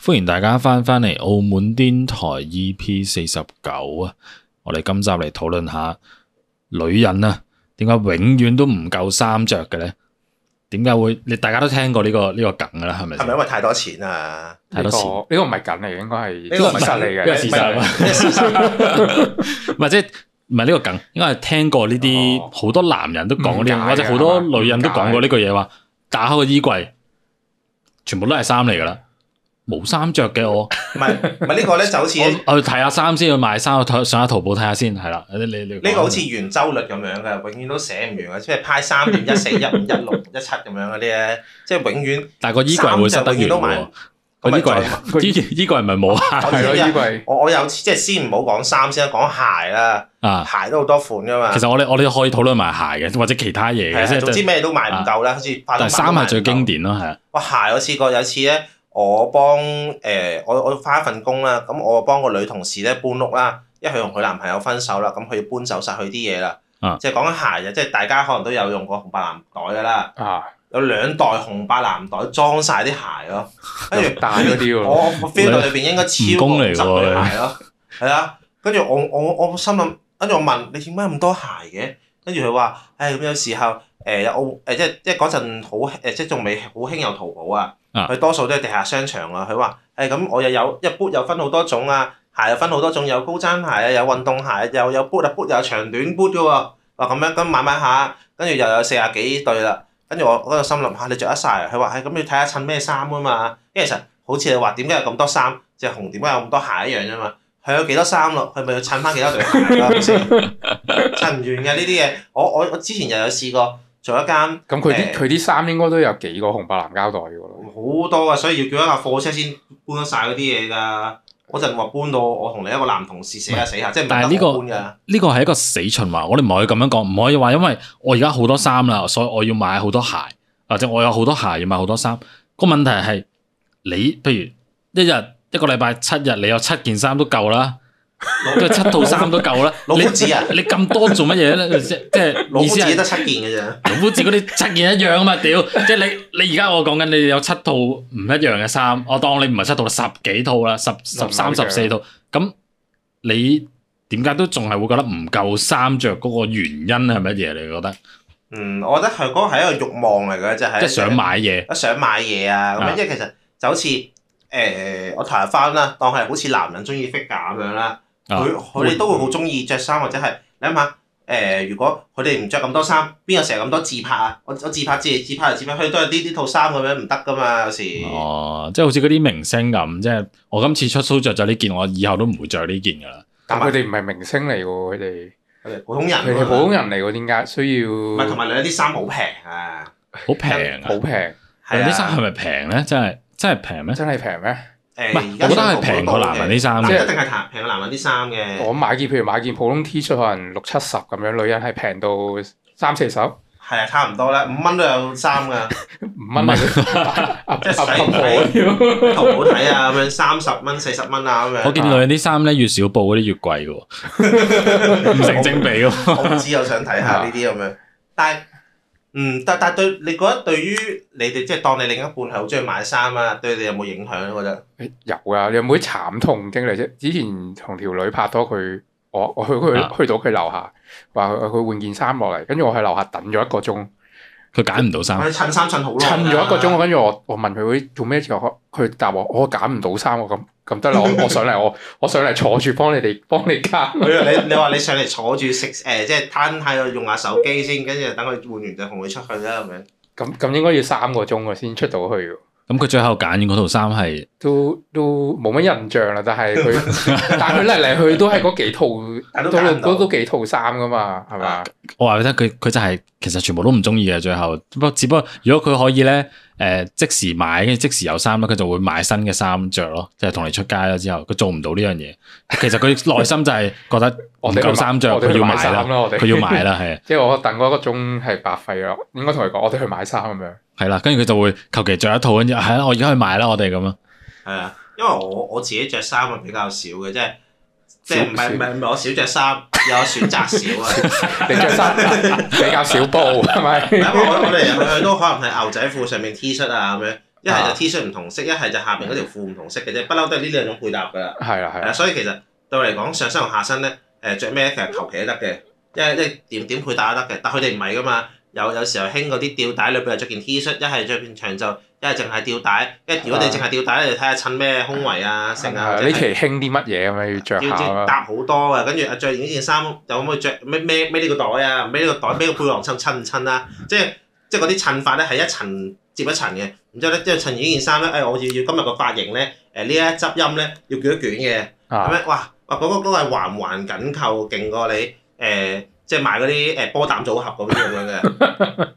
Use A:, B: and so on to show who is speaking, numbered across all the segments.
A: 歡迎大家翻返嚟澳門電台 EP 四十九啊！我哋今集嚟討論下女人啊，點解永遠都唔夠衫着嘅咧？點解會？你大家都聽過呢、個呢、個梗㗎啦，係咪
B: 係
A: 先
B: 咪因？為太多錢啊？
A: 太多錢
C: 呢個呢個唔係緊嚟，應該係
B: 呢個唔係
C: 事實嚟
A: 呢
C: 嘅，
A: 個事實啊 唔係即係唔係呢個梗，應該係聽過呢
C: 哦
A: 啲好多男人都講過呢
B: 嗯
C: 誤
A: 樣，
C: 解
A: 或
B: 啊
A: 者好多
C: 係嘛
A: 女人都講過呢句嘢話，打開個衣櫃，全部都係衫嚟㗎啦，冇衫着嘅我。
B: 唔係唔係呢個咧就好似呢
A: 我去睇下衫先，去買衫，我睇上下淘寶睇下先，係啦。你你你
B: 個好似圓周率咁樣嘅，永遠都寫唔完嘅，即係派三點一四一五一六一七咁樣嗰啲咧，即係永 遠
A: 但係個衣櫃會塞得完
B: 衫就永遠都買
A: 喎
B: 唔。
A: 個衣
B: 咁咪再
A: 櫃衣衣櫃咪冇啊
B: 我
C: 係咯，
B: 知
C: 衣
B: 啊
C: 櫃
B: 我我有即係先唔好講衫先，講鞋啦，
A: 啊！
B: 鞋都好多款噶嘛
A: 其。實我哋我哋可以討論埋鞋嘅，或者其他嘢
B: 係
A: 嘅，
B: 啊，
A: 即
B: 總之
A: 係
B: 咩都買唔夠啦，好似
A: 但
B: 化妝
A: 係
B: 品
A: 衫
B: 都買
A: 係
B: 唔
A: 最
B: 夠
A: 經。典咯，係啊。
B: 哇鞋我試過有一次咧，我幫誒、呃我我返一份工啦，咁我幫個女同事咧搬屋啦，因為佢同佢男朋友分手啦，咁佢要搬走晒佢啲嘢啦
A: 啊。
B: 即係講緊鞋嘅，即係大家可能都有用過紅白藍袋㗎啦，
C: 啊，
B: 有兩袋紅白藍袋裝晒啲鞋咯，跟住
C: 大嗰啲
B: 我
C: 喎，
B: 我我 feel 到裏邊應該超過
A: 蜈蚣嚟
B: 五
A: 喎
B: 十對鞋咯，係啊，跟住我我我心諗，跟住我問你點解咁多鞋嘅？跟住佢話：，唉，咁有時候誒澳誒即係即係嗰陣好誒即係仲未好興有淘寶啊，
A: 啊
B: 佢多數都係地下商場啊。佢話：，誒咁我又有一 boot 又分好多種啊，鞋又分好多種，有高踭鞋啊，有運動鞋啊，又有 boot 啊，boot 又有長短 boot 嘅喎。話咁樣咁買買下，跟住又有四廿幾對啦。跟住我嗰個心諗嚇、你着得晒啊？佢話：，唉、咁你睇下襯咩衫啊嘛。因為其實好似你話點解有咁多衫，隻熊點解有咁多鞋一樣啫嘛。佢有幾多衫咯？佢咪要襯翻幾多對鞋咯？係咪先 襯唔完嘅呢啲嘢，我我我之前又有試過做一間好
C: 咁佢啲
B: 誒
C: 佢啲衫應該都有幾個紅白藍膠袋嘅咯，
B: 多啊，所以要叫一架貨車先搬得晒嗰啲嘢㗎。嗰陣話搬到我同另一個男同事死啊下死下，即係唔
A: 但係呢
B: 得
A: 個
B: 我搬㗎。
A: 呢個係一個死循環，我哋唔可以咁樣講，唔可以話因為哦我而家好多衫啦，所以我要買好多鞋，或者我有好多鞋要買好多衫。個問題係你，譬如一日一個禮拜七日，你有七件衫都夠啦，
B: 老
A: 即係七套衫都夠啦。
B: 老
A: 你
B: 夫子啊，
A: 你咁多做乜嘢咧？即即係
B: 老夫
A: 意思
B: 子啊
A: 係
B: 得七件嘅啫。
A: 老夫子嗰啲七件一樣啊嘛！屌，即係你你而家我講緊你有七套唔一樣嘅衫，我當你唔係七套啦，十幾套啦，十十三十四套，咁你點解都仲係會覺得唔夠衫着嗰個原因係乜嘢？你覺得
B: 嗯，我覺得佢嗰個係一個慾望嚟嘅，即係
A: 即係想買嘢
B: 一想買嘢啊咁
A: 啊
B: 樣，因為其實就好似誒、我投入翻啦，當係好似男人中意 figure 咁樣啦，
A: 啊
B: 佢佢哋都會好中意着衫或者係你諗下誒，如果佢哋唔着咁多衫，邊有成日咁多自拍啊？我我自拍自自拍嚟自拍去，都係呢呢套衫咁樣唔得噶嘛，有時
A: 哦，即係好似嗰啲明星咁，即係我今次出 show 着咗呢件，我以後都唔會着呢件噶啦。
C: 但佢哋唔係明星嚟喎，佢哋
B: 佢哋普通人
C: 佢哋
B: 啊
C: 普
B: 嘛，
C: 通人嚟喎，點解需要
B: 唔係同埋你啲衫好平啊，
A: 好平啊！
C: 好平？
B: 係
A: 啲衫係
B: 啊，
A: 咪平咧？真係真係平咩？
C: 真係平咩？
A: 唔
B: 誒
A: 係，我覺得係平過男人啲衫
B: 男
A: 嘅
B: 人一定係平平過男人啲衫嘅，
C: 我買件譬如買件普通 T 恤可能六七十咁樣，女人係平到三四十五
B: 係啊，差唔多啦，五蚊都有衫㗎。
C: 蚊啊！阿阿
B: 即係洗
C: 婆婆
B: 淘寶睇啊，咁樣三十蚊、四十蚊啊，咁樣。
A: 我見女人啲衫咧，越少布嗰啲越貴嘅 喎，唔成正比嘅喎。
B: 我唔知，我想睇
C: 啊
B: 下呢啲咁樣。但係，嗯，但但對，你覺得對於你哋即係當你另一半係好中意買衫啊，對你哋有冇影響咧？覺得
C: 有啊，你有冇啲慘痛經歷啫？之前同條女拍拖，佢我我去
A: 啊
C: 佢去到佢樓下，話佢佢換件衫落嚟，跟住我喺樓下等咗一個鐘，
A: 佢揀唔到衫，
B: 佢襯衫襯好耐啊。
C: 襯咗一個鐘，跟住我我問佢喂做咩事，我佢答我我揀唔到衫喎，咁咁得 啦，我我上嚟我我上嚟坐住幫你哋 幫你揀。
B: 你你話你上嚟坐住食誒，即係攤喺度用下手機先，跟住等佢換完就同佢出去啦咁樣。
C: 咁咁應該要三個鐘啊先出到去喎，
A: 咁佢最後揀嗰套衫係
C: 都都冇乜印象啦。但係 佢但係佢嚟嚟去都係嗰幾
B: 但都
C: 套，
B: 揀唔到
C: 都都幾套衫噶嘛，係嘛？
A: 我話俾你聽，佢佢就係、其實全部都唔中意嘅。最後，不過只不過如果佢可以咧，誒、即時買跟住即時有衫咧，佢就會買新嘅衫着咯，即係同你出街啦之後，佢做唔到呢樣嘢。其實佢內心就係覺得唔
C: 我哋去
A: 夠衫着，
C: 我哋
A: 佢
C: 去
A: 要
C: 買
A: 買
C: 衫
A: 啦，
C: 啦，我哋
A: 佢要買啦，係
C: 即係我等嗰個鐘係白費咯，應該同佢講，我哋去買衫咁樣。
A: 係啦，跟住佢就會求其着一套，跟住係啦，我而家去買啦，我哋咁啊，
B: 係啊，因為我我自己着衫啊比較少嘅，即係即係唔係唔係唔係我少着衫，有選擇少 啊。
C: 你着 衫比較少布係咪？
B: 因為我我哋入去都可能係牛仔褲上面 T 恤啊咁樣，一係就 T 恤唔同色，一係就下邊嗰條褲唔同色嘅啫，不嬲都係呢兩種配搭㗎啦。
C: 係啦係
B: 係啊，
C: 啦，
B: 所以其實對我嚟講，上身同下身咧，誒著咩其實求其都得嘅，因為一點點配搭都得嘅。但佢哋唔係㗎嘛，有有時候興嗰啲吊帶裏邊係着件 T 恤，一係着件長袖，一係淨係吊帶。因為如果你淨係吊帶咧，你睇下襯咩胸圍啊、成啊，或者
C: 呢
B: 係
C: 期興啲乜嘢咁樣要着
B: 要
C: 下啊
B: 要
C: 啦，
B: 搭好多嘅，跟住啊著完呢件衫又可唔可以着孭孭孭呢個袋啊？孭呢個袋孭個背囊襯襯唔襯啊？即係即係嗰啲襯法咧係一層接一層嘅，然之後咧即係襯完呢件衫咧，誒、哎、我要要今日個髮型咧，誒、呢一執音咧要捲一捲嘅。咁
C: 啊
B: 樣哇哇嗰、個嗰、個係環環緊扣，勁過你誒、呃即係買嗰啲誒波膽組合嗰啲咁樣 嘅。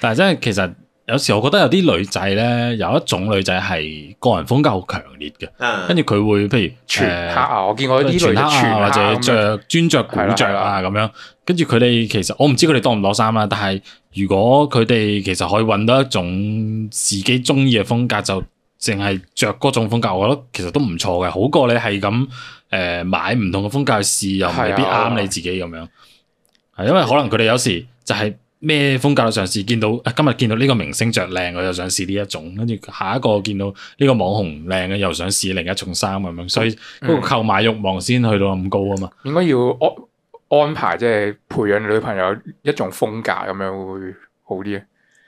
A: 但係真係其實有時我覺得有啲女仔咧，有一種女仔係個人風格好強烈嘅，跟
B: 嗯，
A: 住佢會譬如
C: 全黑
A: 呃
C: 啊！我見過啲女
A: 全
C: 就
A: 黑
C: 全
A: 啊，或者
C: 黑咁樣
A: 着專着古
C: 係
A: 着
C: 啦
A: 啊咁樣，跟住佢哋其實我唔知佢哋多唔多衫啦，但係如果佢哋其實可以揾到一種自己中意嘅風格，就淨係着嗰種風格，我覺得其實都唔錯嘅，好過你係咁誒買唔同嘅風格去試，又未必
C: 係啊
A: 啱你自己咁樣。係因為可能佢哋有時就係咩風格都嘗試，見到啊今日見到呢個明星着靚，我又想試呢一種，跟住下一個見到呢個網紅靚嘅，又想試另一種衫咁樣，所以嗰個購買欲望先去到咁高啊嘛。
C: 嗯應該要安安排，即係培養女朋友一種風格咁樣會好啲啊！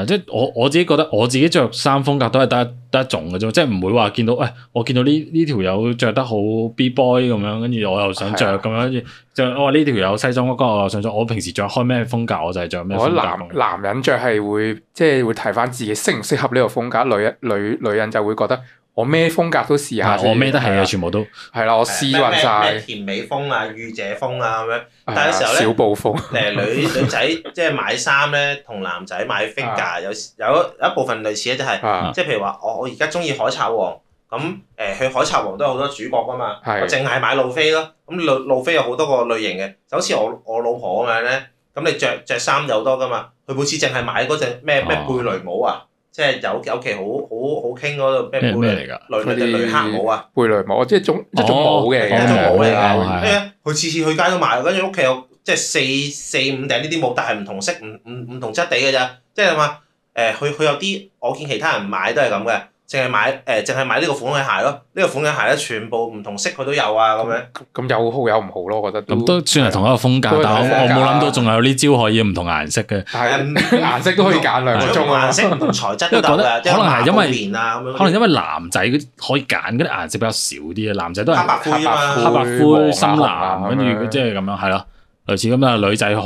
A: 啊，即係我我自己覺得我自己着衫風格都係得一得一種嘅啫，即係唔會話見到，喂、我見到呢呢條友着得好 B boy 咁樣，跟住我又想
C: 係
A: 着
C: 啊
A: 咁樣，跟住就我呢條友西裝嗰個我又想着，我平時着開咩風格我就係着咩風
C: 我覺
A: 格
C: 得
A: 咁
C: 男
A: 樣。
C: 男人着係會即係會睇翻自己適唔適合呢個風格，女女女人就會覺得我咩風格都試下
A: 啊
C: 先，
A: 我孭得起
C: 係啦
A: 嘅，全部都。
C: 係啦，我試
B: 啊咩咩
C: 勻
B: 咩
C: 晒，
B: 甜美風啊、御姐風啊咁樣。
C: 係
B: 但係
C: 啦
B: 有時候呢
C: 小暴風，
B: 誒女女仔即係買衫咧，同男仔買 figure 有時有一部分類似咧，就 係
C: 啊
B: 即係譬如話我我而家中意海賊王，咁誒去海賊王都有好多主角噶嘛，
C: 係
B: 我淨係買路飛咯。咁路路飛有好多個類型嘅，就好似我我老婆咁樣咧，咁你着着衫就好多噶嘛，佢每次淨係買嗰隻咩咩
A: 哦
B: 貝雷帽啊，即係有有期好好好傾嗰度咩
A: 咩
B: 貝
A: 咩
B: 雷
A: 嚟㗎？
B: 雷
C: 嗰啲
B: 雷黑帽啊。
C: 貝雷帽，即係一種一種
A: 哦
C: 帽嘅，
B: 一種帽嚟㗎
A: 哦係
B: 因為佢次次去街都買，跟住屋企有即係四四五頂呢啲帽，但係唔同色、唔唔唔同質地嘅咋。即係話誒，佢佢有啲我見其他人買都係咁嘅，淨係買誒，淨係買呢個款嘅鞋咯。呢個款嘅鞋咧，全部唔同色佢都有啊，咁樣。
C: 咁有好有唔好咯，我覺得
A: 咁都算係同一個風
C: 都
A: 格
C: 係，
A: 但我
B: 同一個風
A: 我
B: 格
A: 冇諗到仲有呢招可以唔同顏色嘅，
B: 係啊
C: 係
B: 唔
C: 顏色都可以揀兩個
B: 唔同
C: 鐘啊
B: 顏，色、唔同材質
A: 因
B: 都
A: 為覺
B: 得
A: 得
B: 㗎，即
A: 可能係因為
B: 棉啊咁樣嗰啲。
A: 可能因為男仔嗰啲可以揀嗰啲顏色比較少啲啊，男仔都係
B: 黑白灰啊嘛
A: 黑白
C: 黃
A: 灰、
C: 啊
A: 深
C: 紅啊
A: 藍，跟
C: 咁
A: 住
C: 樣
A: 即係咁樣，係咯，類似咁啊。女仔好，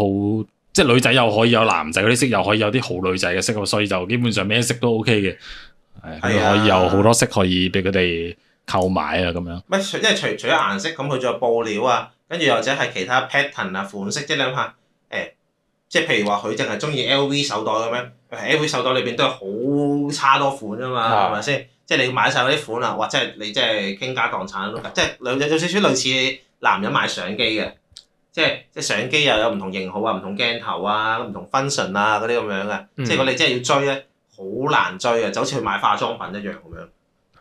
A: 即係女仔又可以有男仔嗰啲色，又可以有啲好女仔嘅色喎，所以就基本上咩色都 OK 嘅。係佢
B: 係
A: 哋
B: 啊
A: 可以有好多色可以俾佢哋購買啊，咁樣。
B: 唔係除，因為除除咗顏色，咁佢仲有布料啊，跟住又或者係其他 pattern 啊、款式，即係你諗下，誒、即係譬如話佢淨係中意 LV 手袋咁樣喂，LV 手袋裏邊都有好差多款啊嘛，
C: 啊
B: 係咪先？即係你買晒嗰啲款啊，或者係你即係傾家蕩產都得，即係有有有少少類似男人買相機嘅，即係即係相機又有唔同型號啊、唔同鏡頭啊、唔同 function 啊嗰啲咁樣嘅，
C: 嗯
B: 即係如果你真係要追咧，好難追啊嘅，就好似去買化妝品一樣咁樣。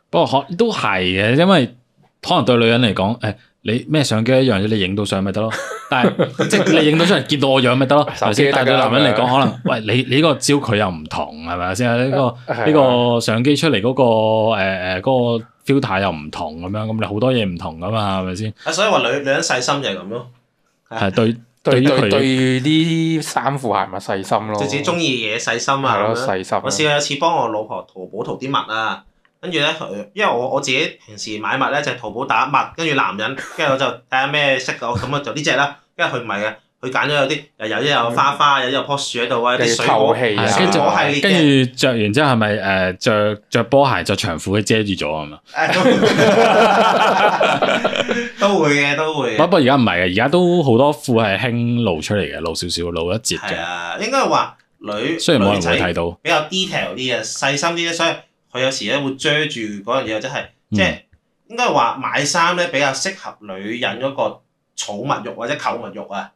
A: 不過可都係嘅，因為可能對女人嚟講，誒、你咩相機一樣，你影到相咪得 咯。但係即係你影到出嚟見到我樣咪得咯。係咪
C: 手機
A: 先？但係對
C: 得㗎
A: 男人嚟講，可能喂你你呢個焦距又唔同係咪先？呢、個
C: 係啊
A: 呢個相機出嚟嗰、個誒誒嗰個 filter 又唔同咁樣，咁你好多嘢唔同噶嘛，係咪先？
B: 啊，所以話女女人細心就係咁咯。
A: 係對對
C: 對
A: 於
C: 對
A: 佢
C: 對啲衫褲鞋襪細心咯，
B: 對自己中意嘅嘢細心
C: 哦係
B: 啊
C: 咯
B: 咁樣。
C: 細心啊，
B: 我試過有次幫我老婆淘寶淘啲襪啊，跟住咧，佢因為我我自己平時買襪咧就係淘寶打襪，跟住男人，跟住我就睇下咩色嘅，我咁啊就呢只啦。跟住佢唔係嘅，佢揀咗有啲又有啲有花花，有啲有樖樹喺度啊，有
C: 又
B: 啲
C: 要
B: 水果
C: 透氣啊，
A: 係
B: 水
A: 跟住
B: 果系列
A: 跟
B: 嘅。
A: 住着完之後係咪誒着着波鞋着長褲遮住咗啊 嘛？
B: 誒都 都會嘅，都
A: 不
B: 會嘅。
A: 不過而家唔係嘅，而家都好多褲係輕露出嚟嘅，露少少露一截
B: 係
A: 嘅，
B: 啊，應該係話女
A: 雖然冇
B: 女
A: 人
B: 仔
A: 會睇到。
B: 比較 detail 啲嘅，細心啲咧，所以佢有時咧會遮住嗰樣嘢，或者係
A: 嗯
B: 即係應該話買衫咧比較適合女人嗰個儲物欲或者購物欲啊，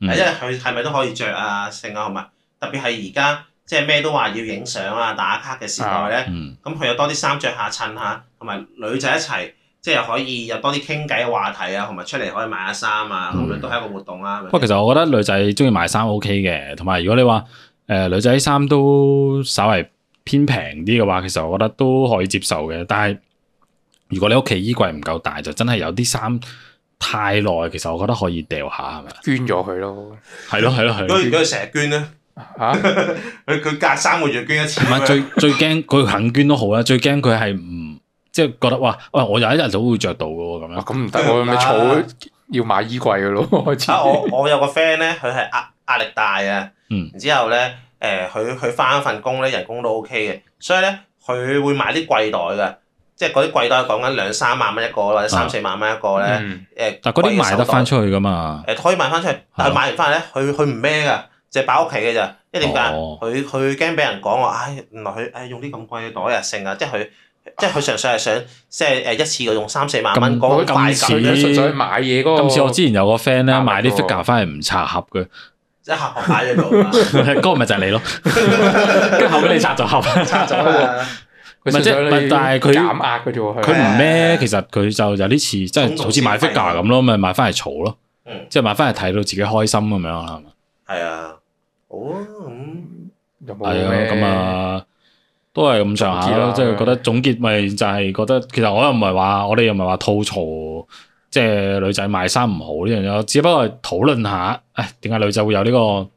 A: 嗯
B: 因為佢係咪都可以着啊，成啊，同埋特別係而家即係咩都話要影相啊、打卡嘅時代咧，
A: 嗯，
B: 咁佢有多啲衫着下襯下，同埋女仔一齊即係可以有多啲傾偈嘅話題啊，同埋出嚟可以買下衫啊，咁樣
A: 嗯
B: 都係一個活動啦。
A: 不過其實我覺得女仔中意買衫 OK 嘅，同埋如果你話誒、呃女仔衫都稍為偏平啲嘅話，其實我覺得都可以接受嘅。但係如果你屋企衣櫃唔夠大，就真係有啲衫太耐，其實我覺得可以掉下，係咪？啊
C: 捐咗佢咯啊
A: 係咯係咯係
B: 如果
A: 咯。
B: 如果佢成日捐咧，
C: 嚇。
B: 佢佢隔三個月捐一次
A: 唔
B: 咁樣。
A: 係最最驚佢肯捐都好啦，最驚佢係唔即係覺得哇，喂我有一日就會着到嘅喎咁
C: 哇
A: 樣。
C: 咁唔得喎，咪儲要買衣櫃嘅咯， 開 始。
B: 啊！我我有個 friend 咧，佢係壓壓力大啊，
A: 嗯
B: 然之後咧，誒佢佢翻份工咧，人工都 OK 嘅，所以咧佢會買啲櫃袋嘅，即係嗰啲櫃袋講緊兩三萬蚊一個或者三四萬蚊一個咧，
C: 嗯
B: 誒
A: 但嗰啲賣得翻
B: 出，
A: 出去噶嘛？
B: 誒可以賣翻出嚟，但係買完翻嚟咧，佢佢唔孭㗎，就係擺屋企嘅咋，因為點解啊？
A: 哦
B: 佢佢驚俾人講話，唉，原來佢唉用啲咁貴嘅袋啊，剩啊，即係佢即係佢純粹係想即係誒一次過用三四萬
A: 咁
B: 蚊嗰個快
A: 咁
B: 感
A: 錢
C: 佢咧純粹係買嘢嗰個。
A: 今次我之前有個 friend 咧
C: 啱啊
A: 買啲
C: 嗰個
A: figure 翻嚟唔拆盒嘅，
B: 一盒盒擺喺度啊，
A: 嗰個咪就係 你咯。跟住後尾你拆咗盒，
B: 拆咗 啦。
C: 佢
A: 唔係
C: 純
A: 即係
C: 粹
A: 唔係但係佢
C: 減壓嘅啫
A: 佢
C: 喎，佢
A: 唔孭，其實佢就有啲似即係好似買 figure 咁咯，咪買翻嚟儲咯
B: 嗯，
A: 即係買翻嚟睇到自己開心咁樣啦。係嘛
B: 係啊，好啊，
A: 嗯
B: 咁
C: 有冇
A: 係啊，
C: 咩
A: 咁，啊，都係咁上下
C: 總結
A: 咯。
C: 啦
A: 即係覺得總結咪就係覺得，其實我又唔係話，我哋又唔係話吐槽，即係女仔賣衫唔好呢樣嘢，只不過係討論下，誒點解女仔會有呢個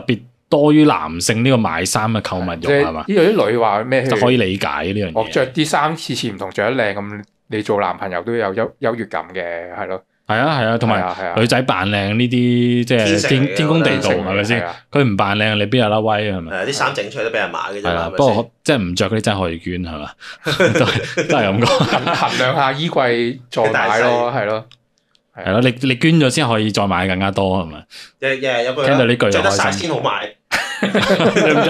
A: 特別多於男性呢個買衫嘅購物
C: 即
A: 欲
C: 係
A: 係嘛，
C: 呢度啲女話咩？
A: 就可以理解呢樣
C: 我
A: 嘢。
C: 着啲衫次次唔同，着得靚咁，你做男朋友都有優優越感嘅，係咯，
A: 係啊係啊，同
C: 係
A: 埋
C: 啊係啊
A: 女仔扮靚呢啲，即
B: 天
A: 係
B: 性嚟嘅
A: 天天公地道
B: 做
A: 係咪先？
C: 係啊
A: 佢唔扮靚，你邊有得威啊係咪？
B: 誒啲衫整出嚟都俾人買嘅啫
A: 係
B: 嘛，
A: 啦，
B: 係咪
A: 不
B: 先
A: 過即係唔着嗰啲真係可以捐係嘛，都係都係咁講。
C: 衡衡量下衣櫃再買咯，係咯。
A: 系咯，你你捐咗先可以再買更加多係咪？
B: 日日日有句
A: 聽到呢句就
B: 啊着得
A: 開
B: 晒
A: 心。
B: 先好買，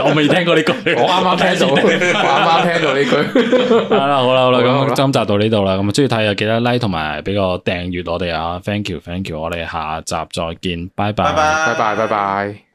A: 我未聽過呢句，
C: 我 啱啱聽到，我啱啱聽到呢句。
A: 好啦好啦好啦，
C: 好啦好啦
A: 咁今集到呢度啦。咁啊中意睇就記得 like 同埋俾個訂閱我哋啊，thank you thank you，我哋下集再見，拜
B: 拜
A: 拜。
B: 拜
C: 拜拜拜。拜。